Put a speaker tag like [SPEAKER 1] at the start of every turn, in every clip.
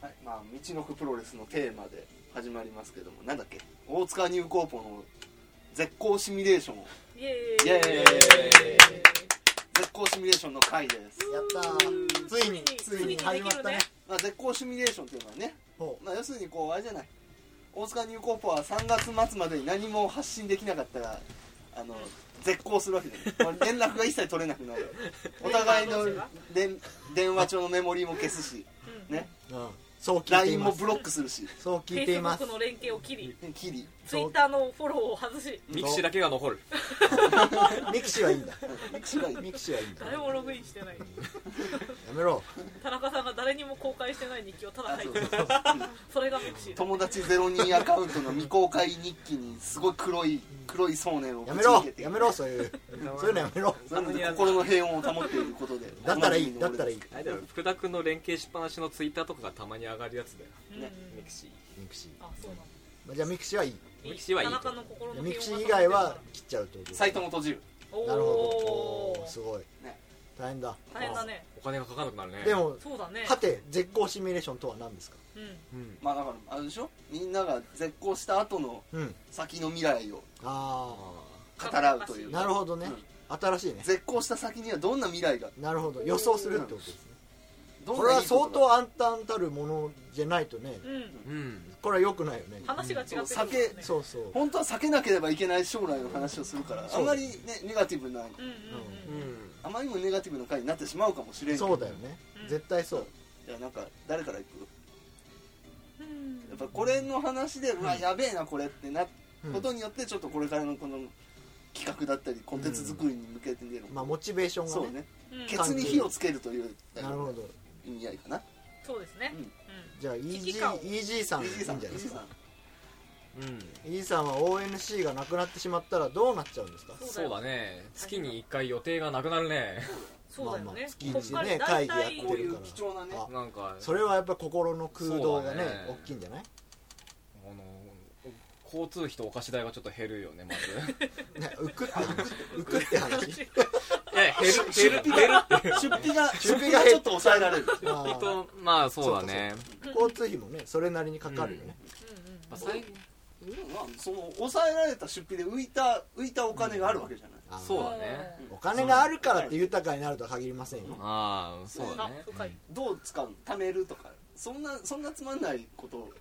[SPEAKER 1] はいまあ「道のくプロレス」のテーマで始まりますけどもなんだっけ大塚ニューコーポの絶好シミュレーション
[SPEAKER 2] イエーイ
[SPEAKER 1] イエー
[SPEAKER 2] イ
[SPEAKER 1] イ絶好シミュレーションの回です、
[SPEAKER 3] やったーついに
[SPEAKER 2] ついに
[SPEAKER 3] ついに始まっ
[SPEAKER 2] でき
[SPEAKER 3] たね
[SPEAKER 2] るね
[SPEAKER 1] まあ、絶好シミュレーションっていうのはね、
[SPEAKER 3] ほ
[SPEAKER 1] まあ、要するにこうあれじゃない大塚ニューコーポは3月末までに何も発信できなかったらあの絶好するわけで、まあ連絡が一切取れなくなるお互いので電話帳のメモリーも消すし
[SPEAKER 2] うん
[SPEAKER 1] ね
[SPEAKER 3] う、うん、そう聞いてい
[SPEAKER 1] LINE
[SPEAKER 3] ま
[SPEAKER 1] も
[SPEAKER 3] す
[SPEAKER 1] ブロックするし
[SPEAKER 3] そう聞いています
[SPEAKER 2] Facebook の連携を切り
[SPEAKER 1] キリ
[SPEAKER 2] ツイッターのフォローを外し
[SPEAKER 4] ミクシーだけが残る
[SPEAKER 3] ミクシーはいいんだ
[SPEAKER 1] ミクシーはいい
[SPEAKER 3] ミクシーはいいんだ
[SPEAKER 2] 誰もログインしてない
[SPEAKER 3] やめろ
[SPEAKER 2] 田中さんが誰にも公開してない日記をただ
[SPEAKER 1] あ
[SPEAKER 2] 書
[SPEAKER 1] そ
[SPEAKER 2] いうて
[SPEAKER 1] そ
[SPEAKER 2] る
[SPEAKER 1] うそう
[SPEAKER 2] それがミクシーだ
[SPEAKER 1] 友達ゼロ人アカウントの未公開日記にすごい黒い黒い想念をぶち
[SPEAKER 3] やめ
[SPEAKER 1] 抜
[SPEAKER 3] ろ
[SPEAKER 1] けて
[SPEAKER 3] やめろそ ういうそういうのやめろ
[SPEAKER 1] なので心の平穏を保っていることで
[SPEAKER 3] だったらいい
[SPEAKER 1] お
[SPEAKER 3] だ
[SPEAKER 1] な
[SPEAKER 3] っ
[SPEAKER 1] じみの俺
[SPEAKER 3] たらいい
[SPEAKER 4] あれだよ福田君の連携しっぱなしのツイッターとかがたまに上がるやつだよ
[SPEAKER 2] うん
[SPEAKER 1] ね
[SPEAKER 4] ミクシー
[SPEAKER 3] ミクシー
[SPEAKER 2] あそうなの
[SPEAKER 3] まあじゃあミクシーはいい
[SPEAKER 4] ミクシーはいい
[SPEAKER 2] 田
[SPEAKER 4] と
[SPEAKER 2] 中の心の
[SPEAKER 3] ミクシ
[SPEAKER 2] 平穏
[SPEAKER 3] ー
[SPEAKER 2] が
[SPEAKER 3] 以外は切っちゃうってこと
[SPEAKER 1] サイトも閉じる
[SPEAKER 2] お
[SPEAKER 3] なるほどお
[SPEAKER 2] お
[SPEAKER 3] ーすごい
[SPEAKER 1] ね
[SPEAKER 3] 大変だ
[SPEAKER 2] 大変だね
[SPEAKER 4] お金がかかなくなるね
[SPEAKER 3] でも
[SPEAKER 2] そうだね
[SPEAKER 3] はて絶好シミュレーションとは何ですか
[SPEAKER 2] うん
[SPEAKER 4] うん
[SPEAKER 1] まあだからあれでしょみんなが絶好した後の
[SPEAKER 3] うん
[SPEAKER 1] 先の未来を
[SPEAKER 3] あ
[SPEAKER 1] 語らうという
[SPEAKER 3] あなるほどね、新しいね
[SPEAKER 1] 絶好した先にはどんな未来が
[SPEAKER 3] なるほど予想するってことですね
[SPEAKER 1] どん
[SPEAKER 3] こ
[SPEAKER 1] な
[SPEAKER 3] れ
[SPEAKER 1] いい
[SPEAKER 3] は
[SPEAKER 1] ことが
[SPEAKER 3] 相当暗淡たるものじゃないとね
[SPEAKER 2] うん
[SPEAKER 4] うん
[SPEAKER 3] これは良くないよね
[SPEAKER 2] 話が違ってくる
[SPEAKER 1] そう酒
[SPEAKER 2] ね
[SPEAKER 3] そうそう
[SPEAKER 1] 本当は避けなければいけない将来の話をするからあんまりねネガティブな
[SPEAKER 2] うんうん
[SPEAKER 4] う
[SPEAKER 2] うん
[SPEAKER 4] ん
[SPEAKER 1] あまりにもネガティブな回になってしまうかもしれんけど
[SPEAKER 3] そうだよね
[SPEAKER 2] うん
[SPEAKER 3] 絶対そう
[SPEAKER 1] いやなんか誰から行く
[SPEAKER 2] うん
[SPEAKER 1] やっぱこれの話で、うわやべえなこれってなっ
[SPEAKER 3] うん
[SPEAKER 1] ことによってちょっとこれからのこの企画だったりコンテンツ作りに向けて出る、
[SPEAKER 3] まあモチベーション
[SPEAKER 1] そ
[SPEAKER 3] が
[SPEAKER 1] う
[SPEAKER 3] ね
[SPEAKER 1] ね
[SPEAKER 2] うん
[SPEAKER 1] ケツに火をつけるという
[SPEAKER 3] なるほど
[SPEAKER 1] 意味合いかな
[SPEAKER 2] そうですね
[SPEAKER 1] うん
[SPEAKER 2] う
[SPEAKER 3] じゃあイ
[SPEAKER 2] 危
[SPEAKER 3] ー
[SPEAKER 2] 機
[SPEAKER 3] ジ
[SPEAKER 2] 感を
[SPEAKER 3] ーイージーさんいいん
[SPEAKER 1] EG
[SPEAKER 3] じ
[SPEAKER 1] さ
[SPEAKER 3] ゃ
[SPEAKER 1] ん
[SPEAKER 3] ないですか
[SPEAKER 4] うん
[SPEAKER 3] イージーさんは ONC がなくなってしまったらどうなっちゃうんですか
[SPEAKER 2] そうだ
[SPEAKER 4] そ
[SPEAKER 2] よ
[SPEAKER 4] うだね月に1回予定がなくなるね
[SPEAKER 2] そうだよ
[SPEAKER 3] まあま
[SPEAKER 2] ね
[SPEAKER 3] あ月一
[SPEAKER 2] こっか
[SPEAKER 3] ね
[SPEAKER 2] ら大体
[SPEAKER 3] 会議や
[SPEAKER 1] こ
[SPEAKER 3] っ
[SPEAKER 1] う
[SPEAKER 3] て
[SPEAKER 1] い
[SPEAKER 3] る
[SPEAKER 1] う貴重なね
[SPEAKER 3] あ
[SPEAKER 4] なんか
[SPEAKER 3] それはやっぱ心の空洞がね
[SPEAKER 4] そうだね
[SPEAKER 3] 大きいんじゃない
[SPEAKER 4] あの交通費とお菓子代がちょっと減るよねま ず
[SPEAKER 3] ね浮くって浮くって話
[SPEAKER 4] え減る 減る
[SPEAKER 1] 出
[SPEAKER 4] 減る
[SPEAKER 1] 費が出
[SPEAKER 3] 費
[SPEAKER 1] 費
[SPEAKER 3] が
[SPEAKER 1] がちょっと抑えられる
[SPEAKER 3] ま
[SPEAKER 4] えっ
[SPEAKER 3] あ
[SPEAKER 4] とまあそうだね
[SPEAKER 3] 交通費もねそれなりにかかるよね
[SPEAKER 2] うんうん
[SPEAKER 4] まあ最
[SPEAKER 1] でもまあその抑えられた出費で浮いた浮いたお金があるわけじゃない、
[SPEAKER 3] あの
[SPEAKER 4] そうだね
[SPEAKER 3] お金があるからって豊かになるとは限りませんよ
[SPEAKER 4] ああそう だね
[SPEAKER 2] あ深い
[SPEAKER 1] どう使うの貯めるとかそんなそんなつまんないことを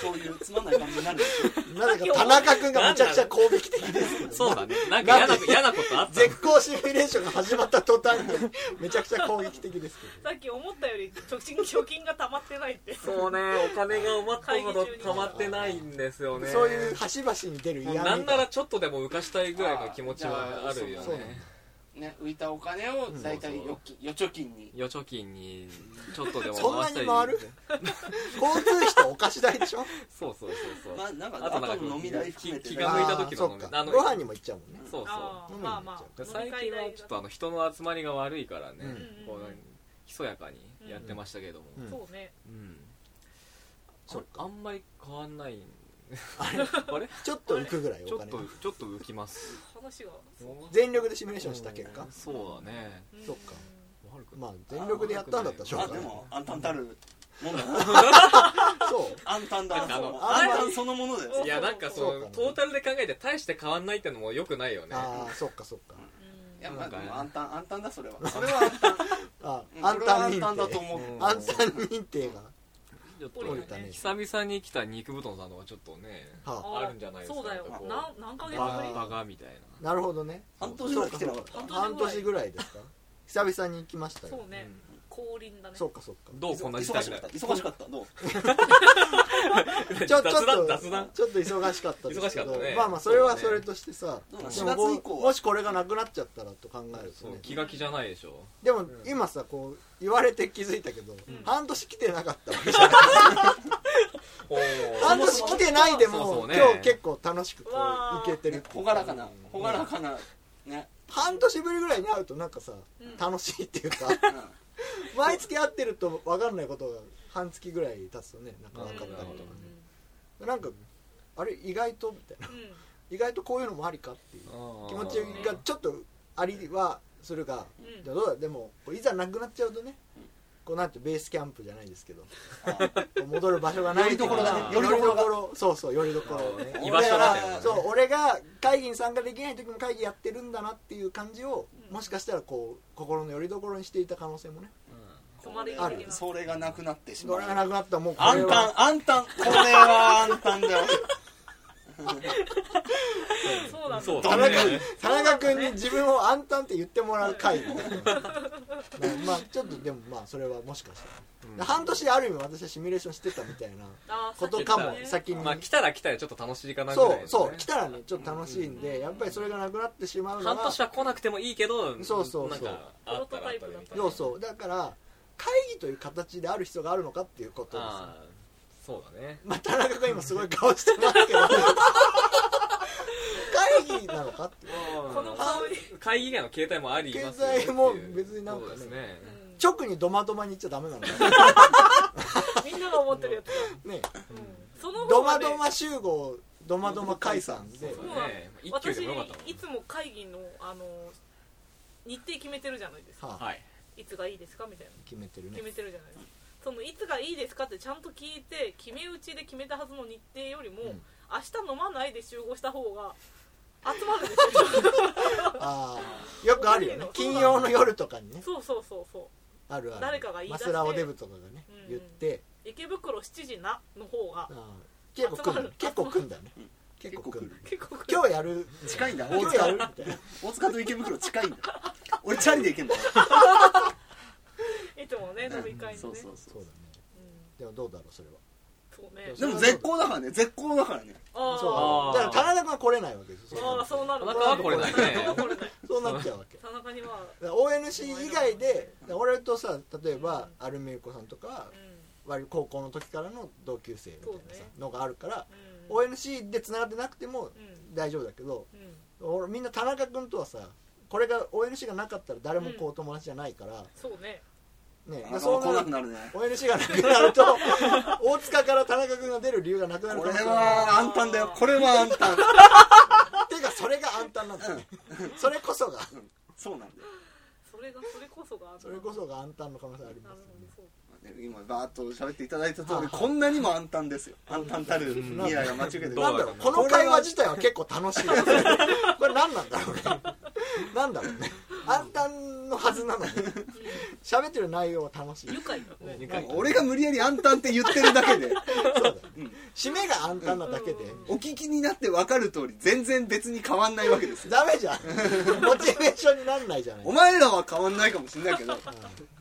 [SPEAKER 1] そういうつまんない感じになるでしょ
[SPEAKER 3] なぜか田中君がむちゃくちゃ攻撃的ですけど
[SPEAKER 4] そうだねなんか嫌な嫌なことあった
[SPEAKER 3] 絶好シミュレーションが始まった途端にめちゃくちゃ攻撃的ですけ
[SPEAKER 2] さっき思ったより貯金貯金が溜まってないって
[SPEAKER 4] そうねお金が思ったほど溜まってないんですよ
[SPEAKER 3] ど、
[SPEAKER 4] ね
[SPEAKER 3] そういう端々に出る嫌味が
[SPEAKER 4] なんならちょっとでも浮かしたいぐらいの気持ちはあるよ
[SPEAKER 1] あー
[SPEAKER 3] そうなんだ
[SPEAKER 4] ね
[SPEAKER 1] ね浮いたお金を大体預金預貯金に
[SPEAKER 4] 預貯金にちょっとでも
[SPEAKER 3] そんな
[SPEAKER 4] 回した
[SPEAKER 3] に
[SPEAKER 4] り
[SPEAKER 3] 回る交通費とお菓子代でしょ
[SPEAKER 4] そうそうそうそう、
[SPEAKER 1] まあなんか
[SPEAKER 4] あとなんか
[SPEAKER 1] 後の飲み代含めて
[SPEAKER 4] 気
[SPEAKER 1] ね
[SPEAKER 4] が向いた時の
[SPEAKER 3] あーそっ
[SPEAKER 4] あ
[SPEAKER 3] か
[SPEAKER 4] の
[SPEAKER 3] ご飯にも行っちゃうもんね
[SPEAKER 4] そうそ
[SPEAKER 2] あーまあまあ
[SPEAKER 4] う最近はちょっとあの人の集まりが悪いからね、
[SPEAKER 2] うん
[SPEAKER 4] こうひそやかにやってましたけども、
[SPEAKER 3] うん
[SPEAKER 2] そうね
[SPEAKER 4] うん
[SPEAKER 3] そっ
[SPEAKER 4] あ
[SPEAKER 3] か
[SPEAKER 4] あんまり変わんない
[SPEAKER 3] あれ
[SPEAKER 4] あれ
[SPEAKER 3] ちょっと浮くぐらい
[SPEAKER 4] ち
[SPEAKER 3] お
[SPEAKER 4] ょっ
[SPEAKER 3] 金
[SPEAKER 4] とちょっと浮きます
[SPEAKER 2] 話が
[SPEAKER 3] 全力でシミュレーションした結果
[SPEAKER 4] そうだね
[SPEAKER 2] うん
[SPEAKER 3] そっか
[SPEAKER 4] 悪くない
[SPEAKER 3] まあ全力でやったんだったらしょう
[SPEAKER 1] あ
[SPEAKER 3] が
[SPEAKER 1] で
[SPEAKER 3] ない
[SPEAKER 1] も暗淡たるもんだな
[SPEAKER 3] そう
[SPEAKER 1] 暗淡だな
[SPEAKER 4] あ
[SPEAKER 1] 暗
[SPEAKER 4] の
[SPEAKER 3] あんまり
[SPEAKER 1] 淡そのものだよ
[SPEAKER 4] いやなんかそ
[SPEAKER 3] そう
[SPEAKER 4] の
[SPEAKER 3] かな
[SPEAKER 4] トータルで考えて大して変わんないってのもよくないよね
[SPEAKER 3] ああそっかそっか
[SPEAKER 2] うん
[SPEAKER 1] いやまあ
[SPEAKER 4] なんか
[SPEAKER 1] で
[SPEAKER 4] ね
[SPEAKER 1] も暗淡暗淡だそれはそれは暗淡
[SPEAKER 3] あ
[SPEAKER 1] うん
[SPEAKER 3] あん
[SPEAKER 1] それは
[SPEAKER 3] た認
[SPEAKER 1] 暗淡だと
[SPEAKER 3] 定
[SPEAKER 1] 思う
[SPEAKER 4] うん
[SPEAKER 3] あんた認定が
[SPEAKER 4] ちょっと
[SPEAKER 3] 降りたね
[SPEAKER 4] 久々に来た肉布団さんとかちょっとね
[SPEAKER 3] は
[SPEAKER 4] あるんじゃないですか
[SPEAKER 2] そうだよ
[SPEAKER 4] なんかこう
[SPEAKER 2] なん何ヶ月
[SPEAKER 3] あ
[SPEAKER 4] バ
[SPEAKER 2] ぶ
[SPEAKER 3] ー
[SPEAKER 2] り
[SPEAKER 4] カバカみたいな
[SPEAKER 3] あなるほどね
[SPEAKER 1] 半年ぐらい来てなかった
[SPEAKER 2] そうか
[SPEAKER 3] 半年ぐらいですか久々に行きましたよ
[SPEAKER 2] そうね
[SPEAKER 4] う
[SPEAKER 2] 降臨だね
[SPEAKER 3] そうかそうか
[SPEAKER 4] んどうこんな時
[SPEAKER 1] 忙
[SPEAKER 4] 代
[SPEAKER 1] しかった
[SPEAKER 4] だ
[SPEAKER 1] 忙しかったどう
[SPEAKER 3] ちょちょっ
[SPEAKER 4] 雑談
[SPEAKER 3] と
[SPEAKER 4] 雑談
[SPEAKER 3] ちょっと忙しかったです
[SPEAKER 4] 忙し
[SPEAKER 3] け
[SPEAKER 4] かった
[SPEAKER 3] ど、
[SPEAKER 4] ね
[SPEAKER 3] まあまあそれはそれとしてさ、
[SPEAKER 1] そうだね
[SPEAKER 3] でもこう
[SPEAKER 1] 4月以降は
[SPEAKER 3] もしこれがなくなっちゃったらと考えると
[SPEAKER 4] そう
[SPEAKER 3] ね
[SPEAKER 4] 気が気じゃないでしょ
[SPEAKER 3] でも今さこう言われて気づいたけど、
[SPEAKER 2] ん
[SPEAKER 3] 半年来てなかったわ けじゃない
[SPEAKER 4] お
[SPEAKER 3] 半年来てないでも
[SPEAKER 4] そうそうね
[SPEAKER 3] 今日結構楽しくこう
[SPEAKER 2] わ
[SPEAKER 3] 行
[SPEAKER 2] ー
[SPEAKER 3] けてるっていう
[SPEAKER 1] 朗らかな朗らかなね
[SPEAKER 3] 半年ぶりぐらいに会うとなんかさ、
[SPEAKER 2] うん
[SPEAKER 3] 楽しいってい うか
[SPEAKER 1] うん
[SPEAKER 3] 毎月会ってると分かんないことが半月ぐらい経つとねなんか分かったりとかねなんかあれ意外とみたいな
[SPEAKER 2] うん
[SPEAKER 3] 意外とこういうのもありかっていう気持ちがちょっとありはするが
[SPEAKER 2] うん
[SPEAKER 3] じゃあどうだでもこういざなくなっちゃうとねこうなんてベースキャンプじゃないですけどこう戻る場所がない
[SPEAKER 1] 拠り所
[SPEAKER 4] だね
[SPEAKER 3] よりどころ
[SPEAKER 1] 拠り
[SPEAKER 3] そうそうよりどころをね
[SPEAKER 1] 居
[SPEAKER 4] 居
[SPEAKER 1] 場
[SPEAKER 4] 場
[SPEAKER 1] 所だ
[SPEAKER 4] 所だ
[SPEAKER 1] っ
[SPEAKER 4] った
[SPEAKER 1] よね
[SPEAKER 4] よ
[SPEAKER 3] そう俺が会議に参加できない時も会議やってるんだなっていう感じをもしかしたらこう心のよりどころにしていた可能性もね
[SPEAKER 2] 困るよ
[SPEAKER 1] あ
[SPEAKER 2] 的
[SPEAKER 1] る
[SPEAKER 2] な
[SPEAKER 1] それがなくなってしま
[SPEAKER 3] こ
[SPEAKER 1] う
[SPEAKER 3] れがなくなったらもうこ
[SPEAKER 1] あ
[SPEAKER 3] れ
[SPEAKER 1] ん
[SPEAKER 3] は
[SPEAKER 1] たんあんたんこれはあんたんだよ
[SPEAKER 2] そうなんだ
[SPEAKER 4] そう
[SPEAKER 3] 田
[SPEAKER 4] だ
[SPEAKER 3] 中
[SPEAKER 4] ね
[SPEAKER 3] 田中君に自分をあんたんって言ってもらう会議ま あまあちょっとでもまあそれはもしかしたら、半年ある意味私はシミュレーションしてたみたいな
[SPEAKER 2] あー
[SPEAKER 3] こ
[SPEAKER 2] さっ
[SPEAKER 3] と
[SPEAKER 2] き
[SPEAKER 3] か
[SPEAKER 2] 言っ
[SPEAKER 3] も
[SPEAKER 2] たね
[SPEAKER 3] 先に、
[SPEAKER 4] まあ来たら来たらちょっと楽しいかなぐらい
[SPEAKER 3] そ
[SPEAKER 4] のね
[SPEAKER 3] うそう来たらねちょっと楽しいんで、やっぱりそれがなくなってしまうの
[SPEAKER 4] 半
[SPEAKER 3] が
[SPEAKER 4] 年は来なくてもいいけど
[SPEAKER 3] そうそうそう
[SPEAKER 4] なんかあったらあったでみたいな
[SPEAKER 3] 要素だから会議という形である必要があるのかっていうことです
[SPEAKER 4] ああそうだね
[SPEAKER 3] まあ、田中君今すごい顔してますけど会議なのかって
[SPEAKER 2] この顔に
[SPEAKER 4] 会議以外の携帯もありますよね
[SPEAKER 3] 携帯も別になんかね
[SPEAKER 4] そうですね
[SPEAKER 2] うん
[SPEAKER 3] 直にドマドマに言っちゃダメなのか
[SPEAKER 2] みんなが思ってるやつだ
[SPEAKER 3] ね
[SPEAKER 2] うんその
[SPEAKER 3] ド
[SPEAKER 2] 方
[SPEAKER 3] マ
[SPEAKER 2] がね
[SPEAKER 3] ドマ集合ドマドマ解散で
[SPEAKER 2] そうなの
[SPEAKER 4] ね一級
[SPEAKER 2] 私
[SPEAKER 4] でもよかったもん
[SPEAKER 2] いつも会議のあの日程決めてるじゃないですか
[SPEAKER 3] はあ、
[SPEAKER 4] はい
[SPEAKER 2] いつがいいですかみたいな
[SPEAKER 3] 決めてるね
[SPEAKER 2] 決めてるじゃないですかそのいつがいいですかってちゃんと聞いて決め打ちで決めたはずの日程よりも、
[SPEAKER 3] うん
[SPEAKER 2] 明日飲まないで集合した方 が集まるでしょ
[SPEAKER 3] ああよくあるよね金曜の夜とかにね
[SPEAKER 2] そうそうそうそ
[SPEAKER 3] あるある
[SPEAKER 2] 誰かが言い出して
[SPEAKER 3] マスラオデブとかがね
[SPEAKER 2] うんうん
[SPEAKER 3] 言って
[SPEAKER 2] う池袋7時なの方が
[SPEAKER 3] ああ結構来
[SPEAKER 2] 集ま
[SPEAKER 3] る
[SPEAKER 2] る
[SPEAKER 3] 結構来 んだね
[SPEAKER 1] うん
[SPEAKER 3] 結構来る
[SPEAKER 2] 結構
[SPEAKER 3] 今日やる
[SPEAKER 1] 近いんだ大
[SPEAKER 3] 今日や
[SPEAKER 1] 塚
[SPEAKER 3] るみたいな
[SPEAKER 1] 大塚と池袋近いんだ俺チャリで行けんだ
[SPEAKER 2] いつもね飲み会のね
[SPEAKER 1] そうそう
[SPEAKER 3] そ
[SPEAKER 1] そうう
[SPEAKER 3] だね
[SPEAKER 2] う
[SPEAKER 3] でもどうだろうそれは
[SPEAKER 2] んそうね
[SPEAKER 1] でも絶好だからね絶好だからね
[SPEAKER 2] あ
[SPEAKER 3] そ
[SPEAKER 4] あ
[SPEAKER 3] う
[SPEAKER 4] ー
[SPEAKER 3] だから田中君は来れないわけです
[SPEAKER 2] ー
[SPEAKER 3] よ
[SPEAKER 2] あーそうなる
[SPEAKER 4] 田中はこれだね
[SPEAKER 2] 田中はこれだ
[SPEAKER 3] そうなっちゃうわけ
[SPEAKER 2] 田中には、
[SPEAKER 3] だから ONC 以外で俺とさ例えばアルミユコさんとかは
[SPEAKER 2] う
[SPEAKER 3] 割と高校の時からの同級生みたいな
[SPEAKER 2] そう
[SPEAKER 3] さ
[SPEAKER 2] ね
[SPEAKER 3] のがあるから
[SPEAKER 2] んうん
[SPEAKER 3] ONC でつながってなくて
[SPEAKER 2] う
[SPEAKER 3] も
[SPEAKER 2] ん
[SPEAKER 3] 大丈夫だけど
[SPEAKER 2] うん
[SPEAKER 3] 俺みんな田中君とはさこれが ONC がなかったら誰もこ
[SPEAKER 2] う
[SPEAKER 3] う友達じゃないから
[SPEAKER 2] そうね
[SPEAKER 3] ね
[SPEAKER 1] あ
[SPEAKER 3] まあ
[SPEAKER 1] の来
[SPEAKER 3] そうな
[SPEAKER 1] な
[SPEAKER 3] る
[SPEAKER 1] くなるね
[SPEAKER 3] ONC がなくなると大塚から田中君が出る理由がなくなる
[SPEAKER 1] こ
[SPEAKER 3] かも
[SPEAKER 1] れ
[SPEAKER 3] しれない
[SPEAKER 1] はあんたんだよこれはあんたん
[SPEAKER 3] ていうかそれが安泰なんだよねそれこそが
[SPEAKER 1] そうなんだよ
[SPEAKER 2] それがそれこそが
[SPEAKER 3] それこそが安泰の可能性あり
[SPEAKER 2] な
[SPEAKER 3] ま
[SPEAKER 2] る
[SPEAKER 3] すよね
[SPEAKER 2] ほど
[SPEAKER 1] 今バーッと喋っていただいた通
[SPEAKER 3] は
[SPEAKER 1] り
[SPEAKER 3] い
[SPEAKER 1] こんなにもあんたんです よあんたんたる未来が待ち受けてる
[SPEAKER 4] どう
[SPEAKER 3] なんだろうこの会話自体は結構楽しいこれ何なんだろうね何だろうね安泰のはずなのに喋ってる内容は楽しい
[SPEAKER 2] そう愉快だね
[SPEAKER 4] 愉快
[SPEAKER 3] なんか
[SPEAKER 1] 俺が無理やりあんたんって言ってるだけで
[SPEAKER 3] そうだよ
[SPEAKER 1] うん
[SPEAKER 3] 締めが安泰なだけで
[SPEAKER 2] うん
[SPEAKER 1] お聞きになって分かる通り全然別に変わんないわけですよ
[SPEAKER 3] ダメじゃんモチベーションになんないじゃない
[SPEAKER 1] お前らは変わんないかもしれないけど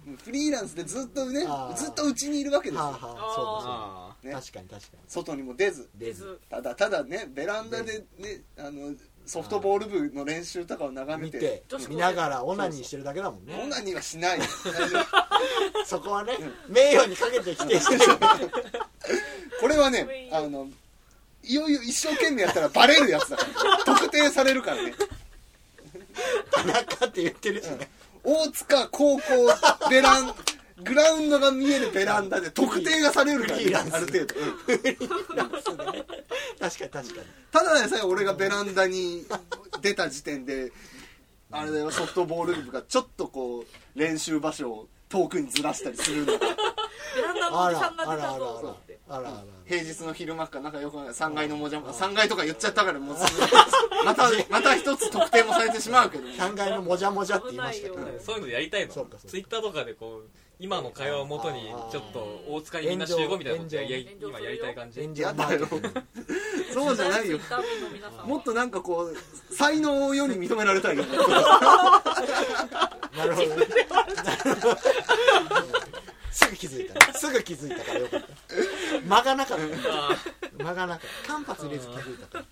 [SPEAKER 3] うん
[SPEAKER 1] フリーランスでずっとね
[SPEAKER 3] あー
[SPEAKER 1] ずっとうちにいるわけです
[SPEAKER 3] はあ
[SPEAKER 1] よ
[SPEAKER 3] はあ
[SPEAKER 4] あ
[SPEAKER 3] そうだ
[SPEAKER 1] ね
[SPEAKER 3] そうだ確かに確かに
[SPEAKER 1] 外にも出ず
[SPEAKER 2] でず
[SPEAKER 1] ただただねベランダでねあのソフトボール部の練習とかを眺め
[SPEAKER 3] 見
[SPEAKER 1] て
[SPEAKER 3] て
[SPEAKER 2] 女子高生
[SPEAKER 3] 見ながらオナニーしてるだけだもんね
[SPEAKER 1] オナニーはしない よ大丈夫
[SPEAKER 3] そこはね名誉にかけて否定してる
[SPEAKER 1] これはねあのいよいよ一生懸命やったらバレるやつだから特定されるからね
[SPEAKER 3] 田中って言ってるしね
[SPEAKER 1] 大塚高校ベラングラウンドが見えるベランダで特定がされるから
[SPEAKER 3] フリー
[SPEAKER 1] ね
[SPEAKER 3] ランス
[SPEAKER 1] ある程度、うん
[SPEAKER 3] 確かに確かに
[SPEAKER 1] ただでさえ俺がベランダに出た時点であれだよソフトボール部がちょっとこう練習場所を遠くにずらしたりするんだから
[SPEAKER 2] ベランダのお
[SPEAKER 3] あ
[SPEAKER 2] じ
[SPEAKER 3] ら
[SPEAKER 2] さんが
[SPEAKER 3] あ
[SPEAKER 2] 出
[SPEAKER 3] ら
[SPEAKER 2] た
[SPEAKER 3] あらあ
[SPEAKER 2] ぞ
[SPEAKER 3] ら
[SPEAKER 2] って
[SPEAKER 3] あらあら
[SPEAKER 1] 平日の昼間かなんかよくわかんない3階のもじゃも3階とか言っちゃったからもうす ぐまたまた一つ特定もされてしまうけど
[SPEAKER 3] 3階のもじゃもじゃって言いましたけど
[SPEAKER 2] 危ない
[SPEAKER 4] あ
[SPEAKER 2] よ
[SPEAKER 4] そういうのやりたいの
[SPEAKER 3] そうかそうか
[SPEAKER 4] ツイッターとかでこう今の会話をもとに
[SPEAKER 3] あー
[SPEAKER 4] ちょっと大塚にみんな集合みたいなことやや
[SPEAKER 2] 炎上
[SPEAKER 4] 今やりたい感じ
[SPEAKER 3] 炎上マーケティング
[SPEAKER 1] そうじゃないよ
[SPEAKER 2] ダメの皆さんは
[SPEAKER 1] もっとなんかこう才能を世に認められたいよ ね
[SPEAKER 3] なるほどねすぐ気づいたねすぐ気づいたからよかった間がなかった
[SPEAKER 4] あー
[SPEAKER 3] 間がなかった間髪入れず気づいたから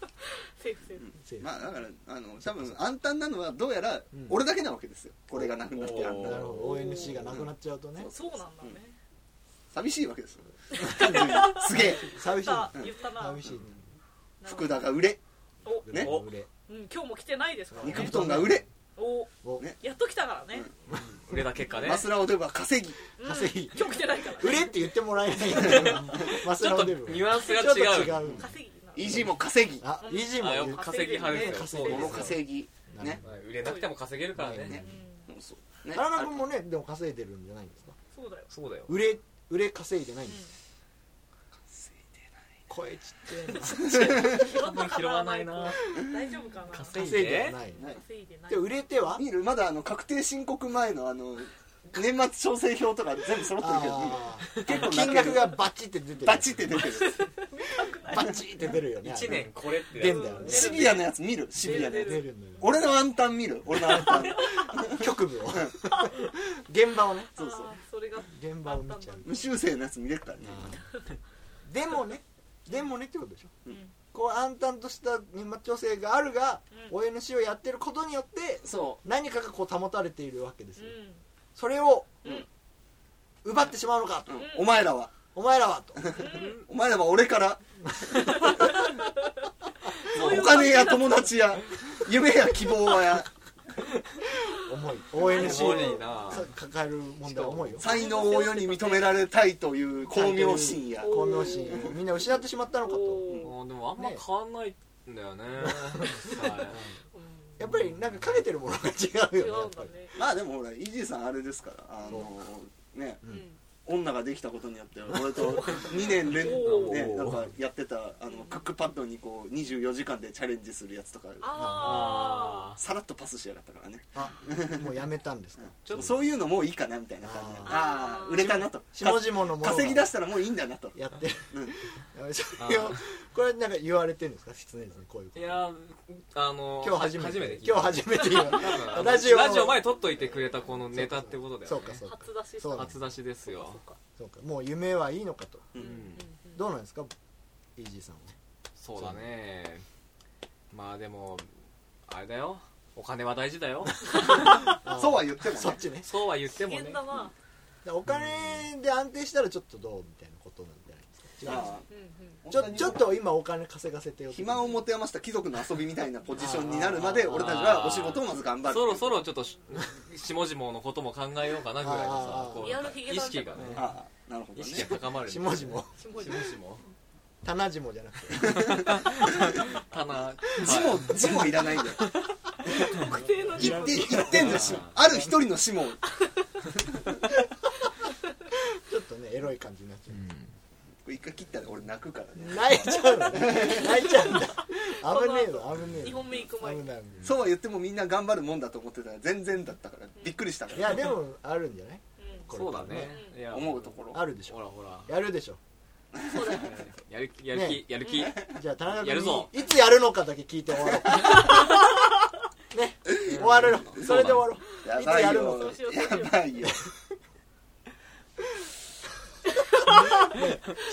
[SPEAKER 2] セーフセーフ
[SPEAKER 3] セーフ
[SPEAKER 1] まあだからあの多分暗淡なのはどうやら
[SPEAKER 3] うん
[SPEAKER 1] 俺だけなわけですよこれがなくなってあんた
[SPEAKER 3] な
[SPEAKER 1] が
[SPEAKER 3] るほど ONC がなくなっちゃうとね
[SPEAKER 2] そうなんだね
[SPEAKER 1] 寂しいわけです よ単純にすげえ
[SPEAKER 3] 寂しい
[SPEAKER 2] 言った言ったな
[SPEAKER 3] 寂しい
[SPEAKER 1] 福田が売れ
[SPEAKER 2] お
[SPEAKER 1] ね
[SPEAKER 3] 売れ
[SPEAKER 2] うん今日も来てないですから
[SPEAKER 1] 肉
[SPEAKER 2] ね
[SPEAKER 1] 布団が売れ
[SPEAKER 2] お
[SPEAKER 3] お
[SPEAKER 1] ね
[SPEAKER 2] やっと来たからね、
[SPEAKER 4] 売れた結果ね
[SPEAKER 1] マスラオデブは稼ぎ
[SPEAKER 2] うん、
[SPEAKER 3] 稼ぎ
[SPEAKER 2] 今日来てないから、
[SPEAKER 3] 売れって言ってもらえないからマス
[SPEAKER 4] ちょっと
[SPEAKER 3] ラオ
[SPEAKER 4] ニ
[SPEAKER 3] デブ
[SPEAKER 4] ュアンスが
[SPEAKER 3] ちょっと
[SPEAKER 4] 違う
[SPEAKER 3] 違う
[SPEAKER 2] 稼ぎな
[SPEAKER 1] 維持も稼ぎ
[SPEAKER 3] あイージー
[SPEAKER 4] あやっ
[SPEAKER 3] も
[SPEAKER 4] ぱ稼ぎ派ですよ
[SPEAKER 2] 稼ぎ
[SPEAKER 4] そ
[SPEAKER 1] 物
[SPEAKER 4] うですよ
[SPEAKER 1] 稼ぎ
[SPEAKER 3] 言う
[SPEAKER 1] ね
[SPEAKER 4] まあ売れなくても稼げるからね
[SPEAKER 1] ね
[SPEAKER 2] うん
[SPEAKER 1] うんそうね
[SPEAKER 3] 田中君もねでも稼いでるんじゃないんですか
[SPEAKER 2] そうだよ、
[SPEAKER 4] そうだよ
[SPEAKER 3] 売れ売れ稼いでない
[SPEAKER 2] うんん
[SPEAKER 3] ですか声ちって
[SPEAKER 2] 拾
[SPEAKER 4] 多分拾わない
[SPEAKER 2] っ
[SPEAKER 4] な
[SPEAKER 2] たかな大丈夫かな
[SPEAKER 4] 稼
[SPEAKER 3] 稼
[SPEAKER 4] い
[SPEAKER 3] いでは
[SPEAKER 4] で
[SPEAKER 3] ない
[SPEAKER 1] ない
[SPEAKER 2] 稼いでない
[SPEAKER 3] で売れては
[SPEAKER 1] 見るまだあの確定申告前のあの年末調整表とか全部揃ってるけど見る
[SPEAKER 3] あー
[SPEAKER 1] 結構泣け
[SPEAKER 3] 金
[SPEAKER 1] る
[SPEAKER 3] 額がバチって出てる
[SPEAKER 1] バチって出てる
[SPEAKER 3] バチって出るよね
[SPEAKER 4] 1年これって
[SPEAKER 3] 出んだよね
[SPEAKER 1] シビアなやつ見るシビアな
[SPEAKER 3] 出
[SPEAKER 1] やつ
[SPEAKER 3] るんだよ
[SPEAKER 1] 俺のワンタン見る俺のワンタン
[SPEAKER 3] 局部を現場をね
[SPEAKER 1] そうそう
[SPEAKER 2] あーそれが
[SPEAKER 3] 現場を見ちゃう
[SPEAKER 1] 無修正のやつ見れるからね
[SPEAKER 3] でもねでもねってことでしょ
[SPEAKER 1] うん
[SPEAKER 3] こう暗淡とした年末調整があるが、
[SPEAKER 2] うん
[SPEAKER 3] ONC をやってることによって
[SPEAKER 1] そ
[SPEAKER 3] 何かがこう保たれているわけです
[SPEAKER 2] う
[SPEAKER 3] よ、
[SPEAKER 2] ん
[SPEAKER 3] それを、
[SPEAKER 1] うん
[SPEAKER 3] 奪ってしまうのか
[SPEAKER 1] う、
[SPEAKER 3] と、
[SPEAKER 1] うん
[SPEAKER 2] ん
[SPEAKER 1] お前らは
[SPEAKER 3] お前らはと
[SPEAKER 1] お前らは俺から
[SPEAKER 2] そういう
[SPEAKER 1] お
[SPEAKER 2] 感
[SPEAKER 1] 金
[SPEAKER 2] じ
[SPEAKER 1] や友達や夢や希望や
[SPEAKER 3] 思い
[SPEAKER 4] 重
[SPEAKER 3] ONC
[SPEAKER 4] い
[SPEAKER 3] を
[SPEAKER 4] な
[SPEAKER 3] 抱える問題は重いよ
[SPEAKER 1] 才能を世に認められたいという巧妙心や
[SPEAKER 3] 巧妙心をみんな失ってしまったのかと
[SPEAKER 4] あ
[SPEAKER 2] おー
[SPEAKER 4] ーでもあんま変わんないんだよねはい
[SPEAKER 2] うん
[SPEAKER 3] やっぱりなんかかけてるものが違う
[SPEAKER 2] 違
[SPEAKER 3] よねや
[SPEAKER 2] う
[SPEAKER 3] っ
[SPEAKER 2] ん
[SPEAKER 3] ぱ
[SPEAKER 2] だ
[SPEAKER 3] り
[SPEAKER 2] ね
[SPEAKER 1] まあでもほらイージーさんあれですからあのね
[SPEAKER 2] う
[SPEAKER 3] うん
[SPEAKER 2] ん
[SPEAKER 1] 女ができたことによって俺と2年連
[SPEAKER 2] おー
[SPEAKER 1] ねなんかやってたあのクックパッドにこう24時間でチャレンジするやつとか
[SPEAKER 2] あ
[SPEAKER 1] さらっとパスしやがったからね
[SPEAKER 3] あもうやめたんですか
[SPEAKER 1] ちょっとそういうのもういいかなみたいな感じで
[SPEAKER 3] あー
[SPEAKER 1] ああ売れたなと
[SPEAKER 3] 下々のものが
[SPEAKER 1] 稼ぎ出したらもういいんだなと
[SPEAKER 3] やってる、そ
[SPEAKER 4] あ
[SPEAKER 3] れを
[SPEAKER 4] ー
[SPEAKER 3] これなんか言われてるんですか常々こういうこと
[SPEAKER 4] いやあの
[SPEAKER 3] 今日初めて
[SPEAKER 4] 聞いた
[SPEAKER 3] 今日初めて 言われた
[SPEAKER 4] あの
[SPEAKER 3] ラジオ
[SPEAKER 4] ラジオ前撮っといてくれたこのネタってことだよね
[SPEAKER 3] そうかそう
[SPEAKER 2] ー
[SPEAKER 3] か
[SPEAKER 2] 初出し
[SPEAKER 3] そう
[SPEAKER 4] 初出しですよ
[SPEAKER 2] そうか
[SPEAKER 3] そうかもう夢はいいのかと
[SPEAKER 2] う
[SPEAKER 1] う
[SPEAKER 2] んん
[SPEAKER 3] どうなんですかイージーさんは
[SPEAKER 4] そうだねまあでもあれだよお金は大事だよ
[SPEAKER 3] あー
[SPEAKER 1] そうは言ってもね
[SPEAKER 3] そっちね
[SPEAKER 4] そうは言って
[SPEAKER 2] うん
[SPEAKER 4] も
[SPEAKER 2] 危
[SPEAKER 4] ね
[SPEAKER 2] 険だな
[SPEAKER 3] だからお金で安定したらちょっとどうみたいなことなんじゃないですか違うんですか
[SPEAKER 1] あ
[SPEAKER 2] うんうん
[SPEAKER 1] ー
[SPEAKER 3] ちょちょっと今お金稼がせてよ
[SPEAKER 1] 暇を持て余した貴族の遊びみたいなポジションになるまで俺たちはお仕事をまず頑張る
[SPEAKER 4] そろそろちょっとし下々のことも考えようかなぐらいの
[SPEAKER 3] あ
[SPEAKER 4] さ
[SPEAKER 3] ー
[SPEAKER 4] こう
[SPEAKER 2] リアルヒゲダン
[SPEAKER 4] 意識がね
[SPEAKER 3] うん
[SPEAKER 1] ああなるほど
[SPEAKER 4] 意
[SPEAKER 1] ね
[SPEAKER 4] 識が高まる
[SPEAKER 3] 下々
[SPEAKER 2] 下
[SPEAKER 4] 下
[SPEAKER 2] 々
[SPEAKER 4] 々
[SPEAKER 3] 棚々じゃなくて
[SPEAKER 4] 棚
[SPEAKER 1] 字も字もいらないんだよ
[SPEAKER 2] 特定の
[SPEAKER 1] 言
[SPEAKER 2] 人
[SPEAKER 1] っ
[SPEAKER 2] 物
[SPEAKER 1] て言ってんだしある一人の死も
[SPEAKER 3] ちょっとねエロい感じになっちゃ
[SPEAKER 1] 一回切ったら俺泣くからね
[SPEAKER 3] う泣いちゃうのね泣いちゃうんだ危ねえぞ危ねえ
[SPEAKER 2] 二
[SPEAKER 3] ぞ
[SPEAKER 2] 本目行く前
[SPEAKER 3] 危ない危
[SPEAKER 1] そうは言ってもみんな頑張るもんだと思ってたら全然だったからびっくりしたか
[SPEAKER 3] ないい
[SPEAKER 1] ら
[SPEAKER 3] やでもあるんじゃない
[SPEAKER 2] うん
[SPEAKER 3] これ
[SPEAKER 4] そうだねいや
[SPEAKER 1] 思うところ
[SPEAKER 3] あるでし
[SPEAKER 4] ほ
[SPEAKER 3] ょ
[SPEAKER 4] らほら
[SPEAKER 3] やるでしょ
[SPEAKER 2] そうだよ
[SPEAKER 4] やる気やる
[SPEAKER 3] ね
[SPEAKER 4] 気やる気
[SPEAKER 3] じゃあ田中君に
[SPEAKER 4] やるぞ
[SPEAKER 3] いつやるのかだけ聞いて終わろ うね終わるのそれで終わろう
[SPEAKER 1] や
[SPEAKER 3] いつ
[SPEAKER 1] ばい
[SPEAKER 3] やるの
[SPEAKER 1] よ
[SPEAKER 3] か
[SPEAKER 2] どうしようどうしよう
[SPEAKER 1] やばいよ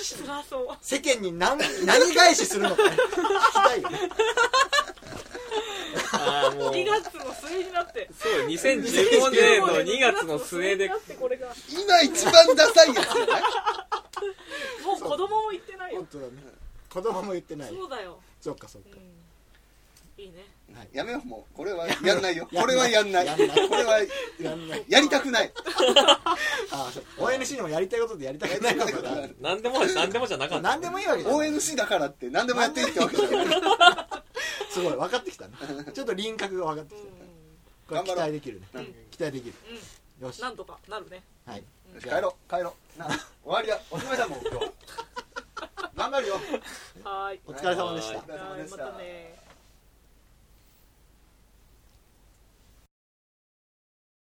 [SPEAKER 2] 辛そう
[SPEAKER 3] 世間に何何返しするのかね聞きたいよね
[SPEAKER 4] ああもう
[SPEAKER 2] 2月の末になって
[SPEAKER 4] そう2015年の2月の末
[SPEAKER 2] 2月の末に
[SPEAKER 4] で
[SPEAKER 2] なってこれが
[SPEAKER 1] 今一番ダサいやつよね
[SPEAKER 2] もう子供も行ってないよ
[SPEAKER 3] 本当だね子供も言ってない
[SPEAKER 2] そうだよ
[SPEAKER 3] そうかそうか
[SPEAKER 2] うんいいね
[SPEAKER 1] やめようもうこれはやんないよ これはやんない
[SPEAKER 3] やんない
[SPEAKER 1] これは
[SPEAKER 3] やんない
[SPEAKER 1] やりたくない
[SPEAKER 3] あそう ONC にもやりたいことでやりたくないことがあ る
[SPEAKER 4] 何でも何でもじゃなかった
[SPEAKER 3] 何でもいいわけじゃん
[SPEAKER 1] ONC だからって何でもやっていいってわけじゃない
[SPEAKER 3] すごい分かってきたねちょっと輪郭が分かって
[SPEAKER 2] う
[SPEAKER 3] きた
[SPEAKER 2] ん
[SPEAKER 3] これ
[SPEAKER 1] 頑張ろう
[SPEAKER 3] 期待できるね
[SPEAKER 1] うん
[SPEAKER 3] 期待できる
[SPEAKER 2] うん
[SPEAKER 3] よし
[SPEAKER 2] なんとかなるね
[SPEAKER 3] はい
[SPEAKER 1] よし帰ろう帰ろうな終わりだお疲れ様今日頑張るよ
[SPEAKER 2] はーい
[SPEAKER 3] お疲れ様でし
[SPEAKER 4] は
[SPEAKER 3] た
[SPEAKER 1] お疲れ様でした
[SPEAKER 2] はいまたね